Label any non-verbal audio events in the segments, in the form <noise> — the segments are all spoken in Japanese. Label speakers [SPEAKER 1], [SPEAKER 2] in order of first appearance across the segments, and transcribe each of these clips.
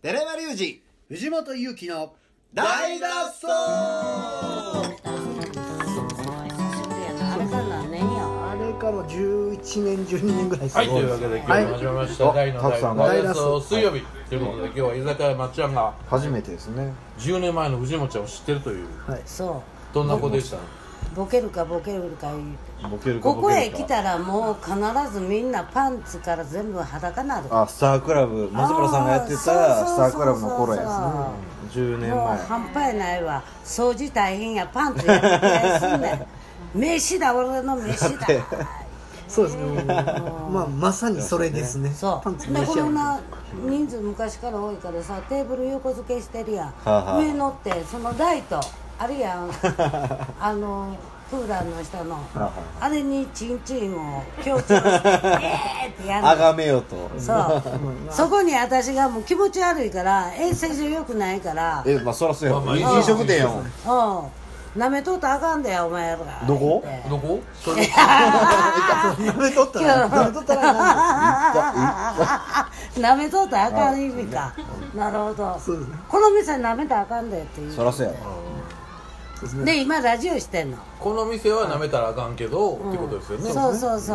[SPEAKER 1] 寺山隆二
[SPEAKER 2] 藤本勇樹の
[SPEAKER 1] 大脱走
[SPEAKER 3] あれかな何や
[SPEAKER 2] あれからも11年12年ぐらいです
[SPEAKER 4] はい、というわけで今日も始まりました、
[SPEAKER 5] は
[SPEAKER 4] 大
[SPEAKER 5] い
[SPEAKER 4] の
[SPEAKER 5] あたくさんが
[SPEAKER 4] 大脱走水曜日、ということで今日は居酒屋まっちゃんが
[SPEAKER 5] 初めてですね
[SPEAKER 4] 10年前の藤本ちゃんを知ってるという
[SPEAKER 3] そ
[SPEAKER 4] どんな子でした
[SPEAKER 3] うボケるかボケるか言うて
[SPEAKER 5] ボケるか
[SPEAKER 3] こ
[SPEAKER 5] ボ
[SPEAKER 3] こ
[SPEAKER 5] ケ
[SPEAKER 3] へ
[SPEAKER 5] るか
[SPEAKER 3] 来たらもう必ずみんなパンツから全部裸なる
[SPEAKER 5] あスタークラブ松原さんがやってたス
[SPEAKER 3] あーそうそうそうそう
[SPEAKER 5] タークラブの頃やですね10年
[SPEAKER 3] もう
[SPEAKER 5] 前
[SPEAKER 3] 半端やないわ掃除大変やパンツやって気合いすんね
[SPEAKER 5] <laughs>
[SPEAKER 3] ん名刺だ俺の名刺だ
[SPEAKER 2] そうですねもうまあまさにそれですね
[SPEAKER 3] そ
[SPEAKER 2] パンツ
[SPEAKER 3] う
[SPEAKER 2] 見
[SPEAKER 3] で
[SPEAKER 2] せ
[SPEAKER 3] こ
[SPEAKER 2] ちゃ
[SPEAKER 3] ん
[SPEAKER 2] う
[SPEAKER 3] な人数昔から多いからさテーブル横付けしてるやん、
[SPEAKER 5] あはあ
[SPEAKER 3] 上乗ってそのライトある
[SPEAKER 5] <laughs>
[SPEAKER 3] やんあのクーラーの下の
[SPEAKER 5] あは
[SPEAKER 3] あれにチンチンを強調して <laughs> えーってやん
[SPEAKER 5] あ
[SPEAKER 3] の
[SPEAKER 5] がめようと
[SPEAKER 3] そうそこに私がもう気持ち悪いから衛生上良くないから
[SPEAKER 5] えまあそらそうや
[SPEAKER 4] まあ
[SPEAKER 5] ろ
[SPEAKER 4] ま
[SPEAKER 3] あ
[SPEAKER 5] 飲食店やもん
[SPEAKER 3] うんなめとったらあかんだよお前らが
[SPEAKER 5] どこ
[SPEAKER 3] 言うて
[SPEAKER 4] どこ
[SPEAKER 2] 舐めとったら舐めとったらなんだ
[SPEAKER 3] <laughs> なめとったらあかん意味かなるほど
[SPEAKER 2] そうですね
[SPEAKER 3] この店なめたらあかんでって言
[SPEAKER 5] そらそうやろ
[SPEAKER 2] そうですね
[SPEAKER 3] うで今ラジオしてんの
[SPEAKER 4] この店は舐めたらあかんけど、ってことですよね
[SPEAKER 3] そうそうそ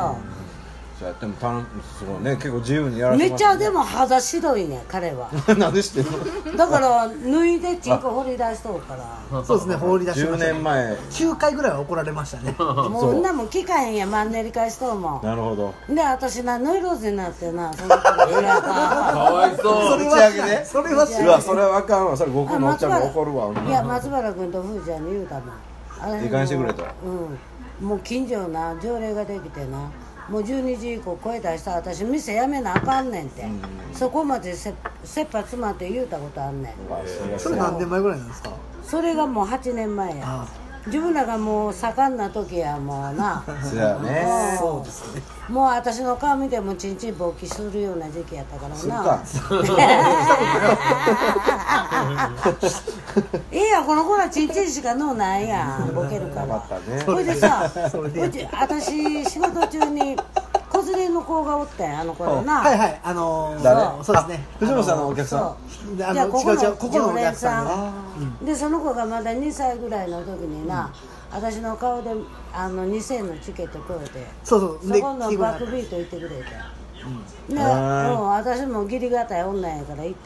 [SPEAKER 5] そうやっても楽しそうね結構自由にや
[SPEAKER 3] う
[SPEAKER 5] ら
[SPEAKER 3] め
[SPEAKER 5] せ
[SPEAKER 3] ってちゃでも肌白いね彼は
[SPEAKER 5] <laughs> なんでしてんの
[SPEAKER 3] だ <laughs> から脱いでチンコ掘り出しとるから
[SPEAKER 2] そうですね放り出しま
[SPEAKER 5] 10
[SPEAKER 2] した
[SPEAKER 5] 年前
[SPEAKER 2] 9回ぐらいは怒られましたね
[SPEAKER 3] もう女も聞かへんやマンネリ化しとるもん
[SPEAKER 5] なるほど
[SPEAKER 3] で私なノイローゼになってなその頃嫌やから
[SPEAKER 4] かわいそ
[SPEAKER 2] そうれ
[SPEAKER 5] 打ち上げ
[SPEAKER 2] は
[SPEAKER 5] ね
[SPEAKER 2] それは
[SPEAKER 5] うわそれはあかんわそれ悟空のおっちゃんが怒るわ
[SPEAKER 3] いや松原君とふーちゃんに言うたもんあれ
[SPEAKER 5] 離婚してくれと
[SPEAKER 3] うんもう近所な条例ができてなもう12時以降声出したら私店やめなあかんねんてそこまでせ切羽詰まって言うたことあんねん
[SPEAKER 5] まあそりゃ
[SPEAKER 2] そ
[SPEAKER 5] そう
[SPEAKER 2] れ
[SPEAKER 5] や
[SPEAKER 2] 何年前ぐらいなんですか
[SPEAKER 3] それがもう8年前や自分らがもう盛んな時やもう
[SPEAKER 5] <laughs>
[SPEAKER 3] な
[SPEAKER 5] そうやね
[SPEAKER 3] そうですねもう私の顔見てもちんちん勃起するような時期やったからな
[SPEAKER 5] するか
[SPEAKER 3] <laughs> いいやこの子らちんちんしか脳ないやんボケるか
[SPEAKER 5] よからったね
[SPEAKER 3] ほいでさ
[SPEAKER 2] それで
[SPEAKER 3] うち私仕事中に子連れの子がおってんあの子らな、
[SPEAKER 2] はいはいあのー
[SPEAKER 5] 誰
[SPEAKER 2] そうそうですね
[SPEAKER 5] あ藤本さんのお客
[SPEAKER 3] そ
[SPEAKER 5] さん
[SPEAKER 3] う
[SPEAKER 2] で
[SPEAKER 3] じ
[SPEAKER 2] あ
[SPEAKER 3] ゃあ
[SPEAKER 2] の
[SPEAKER 3] こ
[SPEAKER 2] 違
[SPEAKER 3] こ
[SPEAKER 2] う違
[SPEAKER 3] の
[SPEAKER 2] うここの
[SPEAKER 3] 常
[SPEAKER 2] お
[SPEAKER 3] 連
[SPEAKER 2] 客さ
[SPEAKER 3] さ
[SPEAKER 2] ん
[SPEAKER 3] ん
[SPEAKER 2] が
[SPEAKER 3] でその子がまだ2歳ぐらいの時にな、私の顔であの2000円のチケット買うて
[SPEAKER 2] そうそう
[SPEAKER 3] そ
[SPEAKER 2] で
[SPEAKER 3] この
[SPEAKER 2] 来てくれ
[SPEAKER 3] バッ
[SPEAKER 2] た
[SPEAKER 3] クビート行ってくれて、で
[SPEAKER 5] へー
[SPEAKER 3] もう私も義理がたい女やから行っ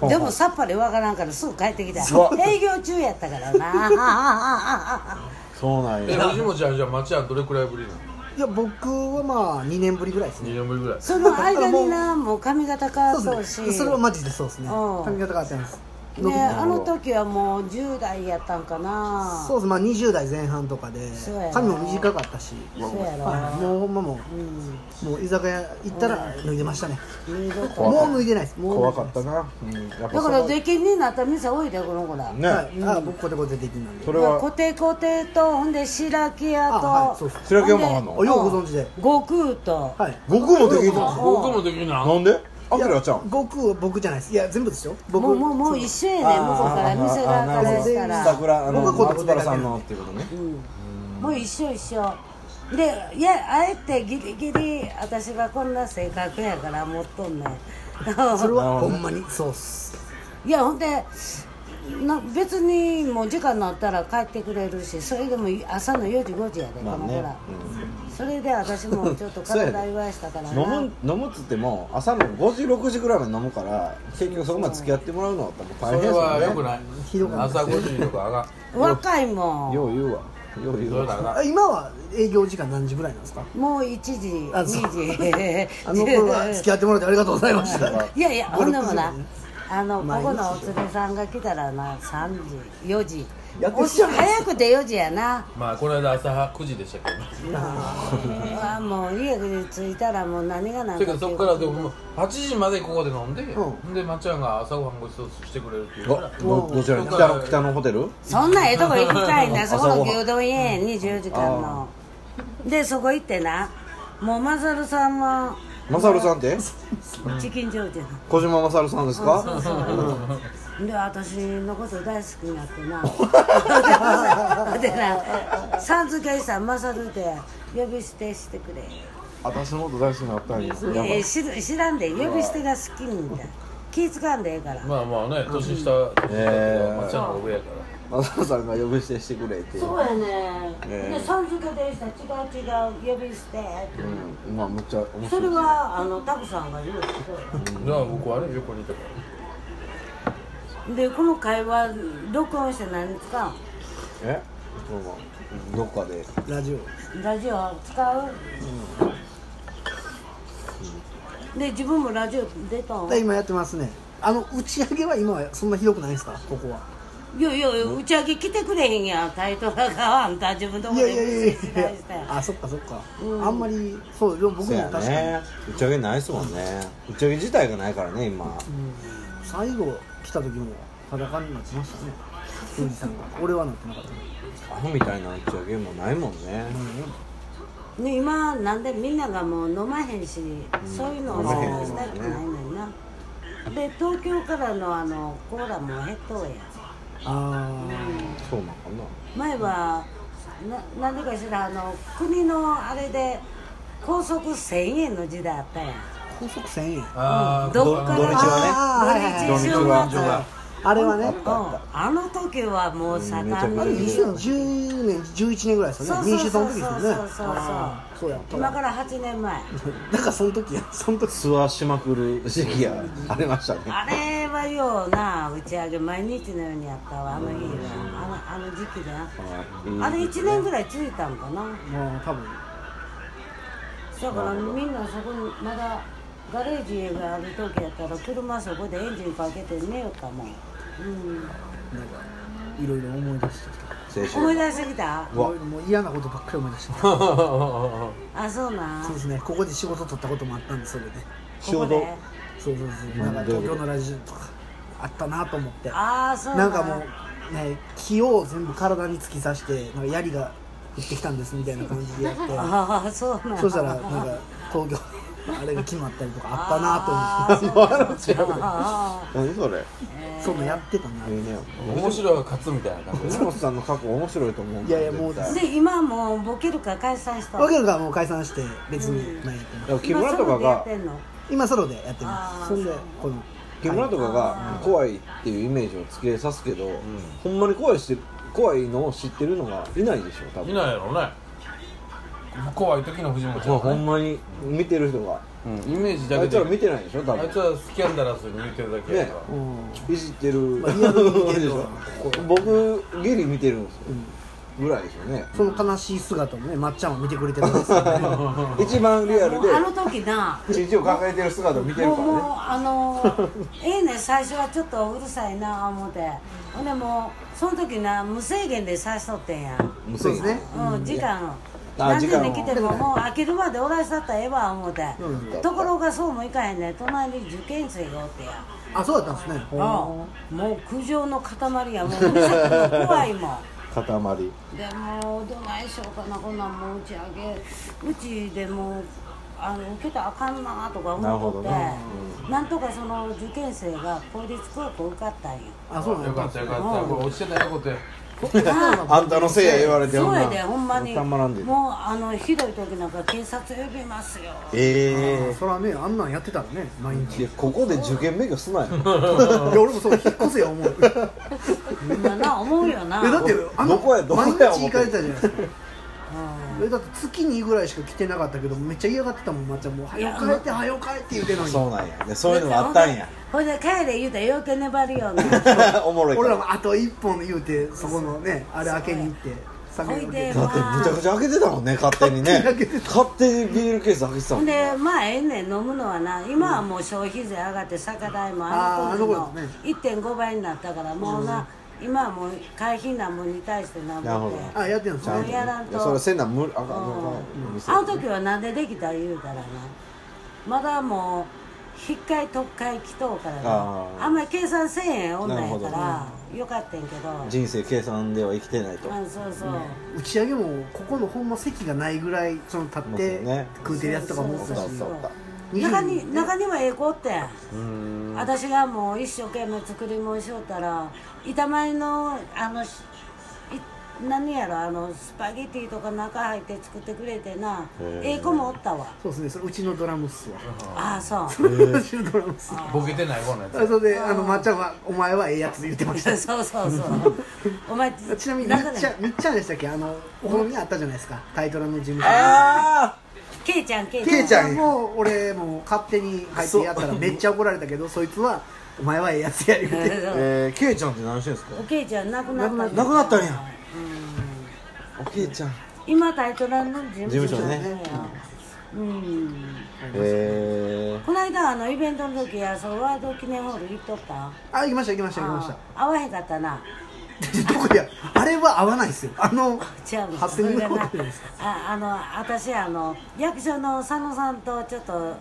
[SPEAKER 3] たでもさっぱりわからんからすぐ帰ってきた
[SPEAKER 5] そう
[SPEAKER 3] 営業中やったからな
[SPEAKER 2] <laughs>
[SPEAKER 5] そうなん
[SPEAKER 4] え、
[SPEAKER 5] や
[SPEAKER 4] 藤本ちゃんじゃあまっちゃんどれくらいぶりなの
[SPEAKER 2] いや僕はまあ2年ぶりぐらいですね
[SPEAKER 4] ?2 年ぶりぐらい
[SPEAKER 3] その間になもう髪型変わ
[SPEAKER 2] そ
[SPEAKER 3] そうう
[SPEAKER 2] です
[SPEAKER 3] し
[SPEAKER 2] ねそれはマジでそうですね
[SPEAKER 3] うん
[SPEAKER 2] 髪型変わってます
[SPEAKER 3] ねあの時はもう10代やったんかな
[SPEAKER 2] そうですまあ20代前半とかで
[SPEAKER 3] そうやな
[SPEAKER 2] 髪も短かったし
[SPEAKER 3] そうやろ、
[SPEAKER 2] はいもうほんまも
[SPEAKER 3] うん
[SPEAKER 2] うもう居酒屋行ったら脱いでましたね
[SPEAKER 3] 脱いどこ
[SPEAKER 2] もう脱いでないですもう
[SPEAKER 5] 怖
[SPEAKER 2] 脱
[SPEAKER 5] か
[SPEAKER 2] いでない
[SPEAKER 5] っ
[SPEAKER 2] で
[SPEAKER 5] たな、うん、
[SPEAKER 2] す
[SPEAKER 5] やっぱ
[SPEAKER 3] だ
[SPEAKER 5] そ
[SPEAKER 3] から
[SPEAKER 5] の
[SPEAKER 3] 出禁になった店多いでこの子ら
[SPEAKER 5] ね、
[SPEAKER 2] はいあ僕コテコテできんなんで
[SPEAKER 5] それ
[SPEAKER 3] まあ
[SPEAKER 5] は
[SPEAKER 3] コテコテとほんで白木屋と、
[SPEAKER 2] あはいそうです
[SPEAKER 5] 白木屋もあんの
[SPEAKER 3] ほで
[SPEAKER 2] あようご存知で
[SPEAKER 3] 悟空と、
[SPEAKER 2] はい
[SPEAKER 5] 僕もできるの
[SPEAKER 4] 僕もできな
[SPEAKER 5] なんでア
[SPEAKER 2] いや
[SPEAKER 5] キラちゃん
[SPEAKER 2] 僕は僕じゃないですいや全部ですよ僕
[SPEAKER 3] もうもうもう一緒やね
[SPEAKER 5] あー
[SPEAKER 3] ん向こうから店側からした
[SPEAKER 5] あ
[SPEAKER 3] ら
[SPEAKER 5] ーなるほど桜あの
[SPEAKER 2] 僕はここ
[SPEAKER 5] 松原さんのっていうことね
[SPEAKER 3] もう一緒一緒でいやあえてギリギリ私がこんな性格やから持っとんねん
[SPEAKER 2] それはほんまにそうっす
[SPEAKER 3] いやほんでな別にもう時間になったら帰ってくれるしそれでも朝の4時5時やで、
[SPEAKER 5] まあ
[SPEAKER 3] この子
[SPEAKER 5] ね
[SPEAKER 3] ら、それで私もちょっと
[SPEAKER 5] そうやで
[SPEAKER 3] 体弱いしたからな
[SPEAKER 5] 飲む飲むっつっても朝の5時6時ぐらいまで飲むから結局そこまで付き合ってもらうのは多分
[SPEAKER 4] そ
[SPEAKER 5] 大変
[SPEAKER 4] れ
[SPEAKER 5] です
[SPEAKER 4] は良
[SPEAKER 5] よ
[SPEAKER 4] く
[SPEAKER 5] ね
[SPEAKER 4] ない
[SPEAKER 2] ひどかった
[SPEAKER 4] 朝5時とかあが
[SPEAKER 3] 若いもん
[SPEAKER 5] よう言うわよう言
[SPEAKER 4] そうれだ
[SPEAKER 5] わ
[SPEAKER 4] な
[SPEAKER 2] あ今は営業時間何時ぐらいなんですか
[SPEAKER 3] もう1時2
[SPEAKER 2] あそう
[SPEAKER 3] 時
[SPEAKER 2] あの頃は付き合ってもらってありがとうございました
[SPEAKER 3] いやいやほんでもな
[SPEAKER 2] 5 6時
[SPEAKER 3] あの
[SPEAKER 2] まあ
[SPEAKER 3] ここのお連れさんが来たらな3時4時
[SPEAKER 2] やって
[SPEAKER 3] お
[SPEAKER 2] きちゃう
[SPEAKER 3] 早くて4時やな
[SPEAKER 4] まあこの間朝9時でしたけど
[SPEAKER 3] あもう家に着いたらもう何が何
[SPEAKER 4] だけ
[SPEAKER 3] か
[SPEAKER 4] どそこからでももう8時までここで飲んで、でまっちゃんが朝ごはんごちそうしてくれるっていうから
[SPEAKER 5] あどどちらに北の北のホテル
[SPEAKER 3] そんなええとこ行きたいんだそこ
[SPEAKER 5] 朝
[SPEAKER 3] の
[SPEAKER 5] ごはん
[SPEAKER 3] 牛丼屋やん24時間のでそこ行ってなもうマサルさんは
[SPEAKER 5] マサルさんって
[SPEAKER 3] チキンジョージ
[SPEAKER 5] 小島マサルさんですか
[SPEAKER 3] ので私のこと大好きになってなでなさん付けしたらマサルで呼び捨てしてくれ
[SPEAKER 5] 私のこと大好きになったんや
[SPEAKER 3] いやいや知る知らんで呼び捨てが好きみたい気使わんでええから、
[SPEAKER 4] まあまあね年下年下っていうか
[SPEAKER 5] えー
[SPEAKER 4] まっちゃんの方が上やから
[SPEAKER 5] 浅野さんが呼び捨てしてくれっていう
[SPEAKER 3] そうやね
[SPEAKER 5] え
[SPEAKER 3] でさん付けでした違う違う呼び捨て
[SPEAKER 5] うんまあむっちゃ面
[SPEAKER 3] そ
[SPEAKER 5] 白
[SPEAKER 3] れ
[SPEAKER 5] い
[SPEAKER 3] はあのタクさんが言うてそ
[SPEAKER 4] だから僕はね横にいたか
[SPEAKER 3] うでこの会話録音して何使
[SPEAKER 5] えそうまあどっかで
[SPEAKER 2] ラジオ
[SPEAKER 3] うラジオ使うで自分もラジオ出たん
[SPEAKER 2] で今やってますねあの打ち上げは今はそんなひどくないんですかここはい
[SPEAKER 3] やいや打ち上げ来てくれへんやんタイトルがあんた自分とこ
[SPEAKER 2] いやいやいや
[SPEAKER 3] で
[SPEAKER 2] いやあそっかそっか、あんまりそうでも僕
[SPEAKER 5] そう
[SPEAKER 2] も
[SPEAKER 5] や
[SPEAKER 2] 確かに、
[SPEAKER 5] ね打ち上げないっすもんね打ち上げ自体がないからね今
[SPEAKER 2] うん最後来た時も裸になってましたね富士山が俺はなってなかったね
[SPEAKER 5] アホみたいな打ち上げもないもんね
[SPEAKER 3] ね今なんでみんながもう飲まへんし、そういうのを
[SPEAKER 5] 飲まへ
[SPEAKER 3] 探
[SPEAKER 5] ん
[SPEAKER 3] したくないねんなで東京からのあのコーラも減っとうやん
[SPEAKER 2] あ
[SPEAKER 5] そうなんかな
[SPEAKER 3] 前はななんでかしらあの国のあれで高速1000円の時代あったやん
[SPEAKER 2] あ高速1000円
[SPEAKER 4] らあー
[SPEAKER 3] どっか
[SPEAKER 5] 土
[SPEAKER 3] ら
[SPEAKER 5] 日は
[SPEAKER 2] ね
[SPEAKER 3] 土日
[SPEAKER 5] 土日は
[SPEAKER 3] 週末
[SPEAKER 2] あれはね
[SPEAKER 3] うんあの時はもう盛んに
[SPEAKER 5] うん
[SPEAKER 2] あれ2010年11年ぐらいですよね
[SPEAKER 3] そう
[SPEAKER 2] 民
[SPEAKER 3] そうそう
[SPEAKER 2] 主党の時ですよね
[SPEAKER 3] そうそうそう
[SPEAKER 2] あーそうや
[SPEAKER 3] 今から8年前
[SPEAKER 2] だからその時やその時
[SPEAKER 5] ツアーしまくる時期がありましたね
[SPEAKER 3] あれはような打ち上げ毎日のようにやったわあの日はあのあの時期だあれ1年ぐらいついたんかな
[SPEAKER 2] まあ多分
[SPEAKER 3] だからみんなそこにまだガレージがある時やったら車そこでエンジンかけて寝よったもん、うん、
[SPEAKER 2] なんかいろいろ思い出してきた
[SPEAKER 5] 青
[SPEAKER 3] 思い
[SPEAKER 5] 春
[SPEAKER 3] 出してきた
[SPEAKER 5] うわ
[SPEAKER 2] もう嫌なことばっかり思い出してきた
[SPEAKER 3] あそうなん
[SPEAKER 2] そうですねここで仕事取ったこともあったんですそれで
[SPEAKER 5] 仕事
[SPEAKER 2] そうそうそうなんか
[SPEAKER 5] どういうこと
[SPEAKER 2] 東京のラジオとかあったなと思って
[SPEAKER 3] ああそうな
[SPEAKER 2] なんんかもう、ね、木を全部体に突き刺してなんか槍が降ってきたんですみたいな感じでやって
[SPEAKER 3] ああそうなん
[SPEAKER 2] そしたらなんか東京あれが決まったりとかあ
[SPEAKER 3] あ
[SPEAKER 2] ったなと思っ
[SPEAKER 3] ーそうなんあ
[SPEAKER 5] 何それ
[SPEAKER 2] てそういうのやってたな、
[SPEAKER 5] いいね
[SPEAKER 4] 面白いが勝つみたいな感じ
[SPEAKER 5] 藤本さんの過去面白いと思うん
[SPEAKER 2] いやいやもう
[SPEAKER 5] 絶対
[SPEAKER 3] ーで今もうボケるか解散した
[SPEAKER 2] わけがもう解散して別に何やっても
[SPEAKER 5] だから木村とか
[SPEAKER 3] 今ソロ
[SPEAKER 5] が
[SPEAKER 3] でやってんの
[SPEAKER 2] 今ソロでやって
[SPEAKER 3] あー
[SPEAKER 2] ますそんでこの
[SPEAKER 5] 木村とかが怖いっていうイメージをつけさすけど、ほんまに怖いして怖いのを知ってるのがいないでしょ多分
[SPEAKER 4] いないやろね怖い時の藤本ち
[SPEAKER 5] まあほ
[SPEAKER 4] ゃん、
[SPEAKER 5] んまに見てる人が、
[SPEAKER 4] イメージだ
[SPEAKER 5] あ
[SPEAKER 4] け
[SPEAKER 5] いつ
[SPEAKER 4] で
[SPEAKER 5] ら見てないでしょ多
[SPEAKER 4] あいつ
[SPEAKER 5] 分
[SPEAKER 4] はスキャンダラスに言ってるだけやから、
[SPEAKER 5] ね
[SPEAKER 2] うん
[SPEAKER 5] いじってる、
[SPEAKER 2] まあリアルに見てる
[SPEAKER 5] でしょ <laughs> 僕ギリ見てるんですよ、ぐらいでしょうね
[SPEAKER 2] その悲しい姿もねまっちゃんは見てくれてるんですよ <laughs> ね
[SPEAKER 5] 一番リアル
[SPEAKER 3] もうあの
[SPEAKER 5] で
[SPEAKER 3] 時な
[SPEAKER 5] 一日を抱えてる姿を見てる
[SPEAKER 3] もう
[SPEAKER 5] からね
[SPEAKER 3] もうあ
[SPEAKER 5] <laughs>
[SPEAKER 3] のええね最初はちょっとうるさいな思ってほんでもうその時な無制限でさしとってんやん、
[SPEAKER 5] 無
[SPEAKER 2] そう
[SPEAKER 5] 制
[SPEAKER 2] で
[SPEAKER 5] 限
[SPEAKER 2] すね
[SPEAKER 3] うん、時間
[SPEAKER 5] あ
[SPEAKER 3] 何時
[SPEAKER 5] 時間
[SPEAKER 3] に来てももう飽きるまでおらしたったらええわ思って
[SPEAKER 2] うん
[SPEAKER 3] ところがそうもいかへんね隣に受験生がおってや
[SPEAKER 2] あそうだったんですね
[SPEAKER 3] あもう苦情の塊やもううるさくても怖いもん
[SPEAKER 5] 塊
[SPEAKER 3] でもうどないしようかなこんなんもう打ち上げうちでもうあの受けたらあかんなとか思っとって
[SPEAKER 5] な
[SPEAKER 3] な,、
[SPEAKER 5] る
[SPEAKER 3] んとかその受験生が公立高校受かったんよ
[SPEAKER 2] あそうなん
[SPEAKER 4] よかったよかったこれ落ちてないことや
[SPEAKER 5] あんたのせいや言われて
[SPEAKER 3] そうや
[SPEAKER 5] ん
[SPEAKER 3] で
[SPEAKER 5] な
[SPEAKER 3] ほんまに
[SPEAKER 5] たまらんで
[SPEAKER 3] もうあのひどい時なんか警察呼びます
[SPEAKER 5] <laughs>
[SPEAKER 3] よ
[SPEAKER 5] え
[SPEAKER 2] それはねあんなんやってたらね毎日
[SPEAKER 5] えいやここで受験勉強すなよど
[SPEAKER 2] いや俺もそう引っ越せよ
[SPEAKER 3] <laughs>
[SPEAKER 2] 思うえ
[SPEAKER 3] みんなな思うよな
[SPEAKER 2] だってあ
[SPEAKER 5] どこやどこや
[SPEAKER 2] 毎
[SPEAKER 5] 思
[SPEAKER 2] 日
[SPEAKER 5] って
[SPEAKER 2] 行かれてたじゃないで
[SPEAKER 5] <laughs>
[SPEAKER 2] すかえだって月にぐらいしか来てなかったけどめっちゃ嫌がってたもんまっちゃんもう「
[SPEAKER 3] い
[SPEAKER 2] 早
[SPEAKER 3] や
[SPEAKER 2] く帰って早く帰って」言うてんの
[SPEAKER 5] そう
[SPEAKER 2] に
[SPEAKER 5] なんやいやそういうのがあっ
[SPEAKER 3] <laughs>
[SPEAKER 5] たんや
[SPEAKER 3] ほいで帰れ言うたらよく粘るよな
[SPEAKER 5] <laughs> おもろいか
[SPEAKER 2] 俺ら
[SPEAKER 5] ら
[SPEAKER 2] もあと一本言うてそこのねあれ開けに行って酒飲んで
[SPEAKER 3] ほいで
[SPEAKER 5] だってむちゃくちゃ開けてたもんね勝手にね
[SPEAKER 2] 勝手に開けて
[SPEAKER 5] 勝手にビールケース開けてた
[SPEAKER 3] ほ
[SPEAKER 5] も
[SPEAKER 3] ん
[SPEAKER 5] ん
[SPEAKER 3] でまあええねん飲むのはな今はもう消費税上がって酒代も
[SPEAKER 2] あー
[SPEAKER 3] あの頃
[SPEAKER 2] あの
[SPEAKER 3] の
[SPEAKER 2] 頃ね
[SPEAKER 3] 1.5倍になったからもうな、今はもう会費なもんに対してな
[SPEAKER 5] なる
[SPEAKER 3] も
[SPEAKER 5] ほ
[SPEAKER 3] って
[SPEAKER 5] ど
[SPEAKER 2] あやってんの
[SPEAKER 5] ちゃんと
[SPEAKER 3] もうやらんと
[SPEAKER 5] いやそれせんなん無理あかんあかん
[SPEAKER 3] あの時はなんでできた言うからなまだもう引っかい特会来とうからな
[SPEAKER 5] あー
[SPEAKER 3] あんまり計算せえへん女
[SPEAKER 5] なる
[SPEAKER 3] や
[SPEAKER 5] ほど
[SPEAKER 3] からよかったんけど
[SPEAKER 5] 人生計算では生きてないと
[SPEAKER 3] うんそうそう、
[SPEAKER 2] 打ち上げもここのほんま席がないぐらいその立っ
[SPEAKER 5] そうです
[SPEAKER 2] て
[SPEAKER 5] よね
[SPEAKER 2] 食うてるやつとかもおっ
[SPEAKER 5] そ
[SPEAKER 2] た
[SPEAKER 5] う
[SPEAKER 2] し
[SPEAKER 5] だそうだ
[SPEAKER 3] 中に中にはええ子おってん私がもう一生懸命作り物しよったら板前のあのしい何やろあのスパゲティとか中入って作ってくれてな
[SPEAKER 5] へえ
[SPEAKER 3] ええ子もおったわ
[SPEAKER 2] そうですねそれうちのドラムっすわ
[SPEAKER 3] ああそう
[SPEAKER 5] <laughs>
[SPEAKER 2] <laughs> うちのドラムっす
[SPEAKER 4] ボケてない方のやつ
[SPEAKER 2] あそれであのまっちゃんは「お前はええやつ」言ってました
[SPEAKER 3] そうそうそうお前
[SPEAKER 2] ちなみにみ
[SPEAKER 3] な
[SPEAKER 2] っ
[SPEAKER 3] んかね
[SPEAKER 2] ちゃんみっちゃんでしたっけあのお好み屋あったじゃないですかタイトルの事務所
[SPEAKER 5] あ
[SPEAKER 3] ケイちゃんケイ
[SPEAKER 2] ケイち
[SPEAKER 3] ん
[SPEAKER 2] ゃんもう俺もう勝手に入ってやったらめっちゃ怒られたけどそいつは「お前はええやつや」言うて
[SPEAKER 5] あえー、ケイちゃんって何してんですか
[SPEAKER 3] おケイちゃん亡くなった
[SPEAKER 5] 亡くなったんやおケイちゃん
[SPEAKER 3] 今タイトルの事務
[SPEAKER 5] 事務所
[SPEAKER 3] 所
[SPEAKER 5] ね
[SPEAKER 3] うん
[SPEAKER 5] え
[SPEAKER 3] この間あのイベントの時やそのワールド記念ホール行っとった
[SPEAKER 2] あ行きました行きました行きまし
[SPEAKER 3] あ会わへんかったな
[SPEAKER 2] たどこやあれは合わないですよあの
[SPEAKER 3] 違うの
[SPEAKER 2] 8000人ぐらい
[SPEAKER 3] それ
[SPEAKER 2] 持
[SPEAKER 3] が
[SPEAKER 2] ってるん
[SPEAKER 3] な
[SPEAKER 2] ですか
[SPEAKER 3] ああの私あの役所の佐野さんとちょっと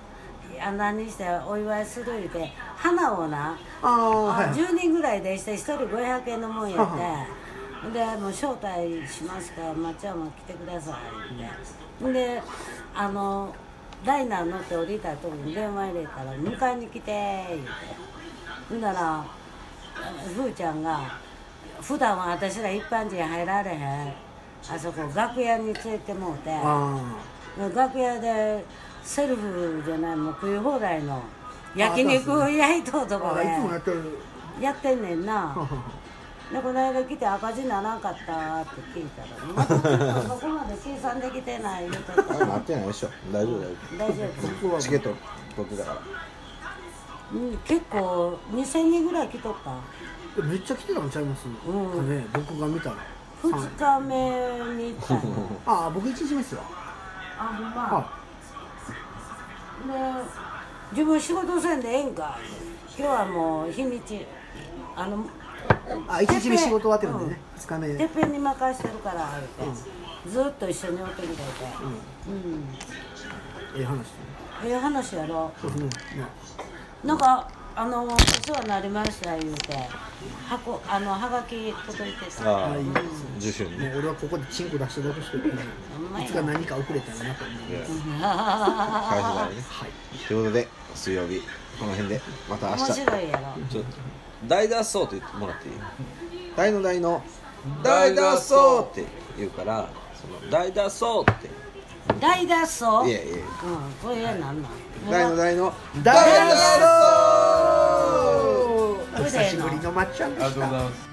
[SPEAKER 3] あ何してお祝いする言うて花をな
[SPEAKER 2] ああはい
[SPEAKER 3] あ10人ぐらいでして1人500円のもんやってでもう招待しますから松山来てくださいってであのライナー乗って降りた時に電話入れたら「迎えに来て」言ってほんだらふーちゃんが「普段は私ら一般人入られへんあそこ楽屋に連れてもうて」
[SPEAKER 2] あ
[SPEAKER 3] 楽屋でセルフじゃないもう食い放題の焼肉を焼いとうと
[SPEAKER 2] ー
[SPEAKER 3] こ
[SPEAKER 2] あ
[SPEAKER 3] で
[SPEAKER 2] ーいつもやってる
[SPEAKER 3] やってんねんなでこの間来て赤字ならんかったって聞いたら「またちょっとそこまで計算できてない」言うとった
[SPEAKER 5] ー、なってないでしょ大丈夫大丈
[SPEAKER 3] 大丈
[SPEAKER 5] 夫チケット取ってたから
[SPEAKER 3] 夫、うん、結構2000人ぐらい来とった
[SPEAKER 2] めっちゃ来てたのちゃいます、
[SPEAKER 3] ん
[SPEAKER 2] ね僕が見たら
[SPEAKER 3] 2日目に行ったんよ
[SPEAKER 2] ああ僕1日目っすわ
[SPEAKER 3] あほんま
[SPEAKER 2] は
[SPEAKER 3] で自分仕事せんでええんか今日はもう日にちあの
[SPEAKER 2] いあ1日目仕事終わってるんでね2日
[SPEAKER 3] てっ
[SPEAKER 2] 目
[SPEAKER 3] ぺんに任してるから言うて、ずっと一緒におってみたいてうん
[SPEAKER 2] ええ話
[SPEAKER 3] ええ話やろ
[SPEAKER 2] そうですねね
[SPEAKER 3] なんかあのお世話になりました言うて箱あのはがき届いてさ
[SPEAKER 5] ああ
[SPEAKER 2] うん
[SPEAKER 5] 受賞に
[SPEAKER 2] もう俺はここでチンコ出してるだけしてるい
[SPEAKER 3] んまや
[SPEAKER 2] つか何か遅れたらなと思います
[SPEAKER 5] 返しだねということで水曜日この辺でまた明
[SPEAKER 3] 面
[SPEAKER 5] 日
[SPEAKER 3] 白いやろ
[SPEAKER 5] ちょっと大脱走って言ってもらっていい大の大の大脱走って言うからその大脱走って
[SPEAKER 3] 大脱走
[SPEAKER 5] いやいや
[SPEAKER 3] うんこれなんなん
[SPEAKER 5] 大の大の
[SPEAKER 2] 大
[SPEAKER 5] 大脱走
[SPEAKER 3] これでええ
[SPEAKER 2] 久し
[SPEAKER 3] の
[SPEAKER 2] ぶりのまっちゃんで
[SPEAKER 4] ありがとう
[SPEAKER 2] し
[SPEAKER 4] ござい
[SPEAKER 2] た
[SPEAKER 4] ます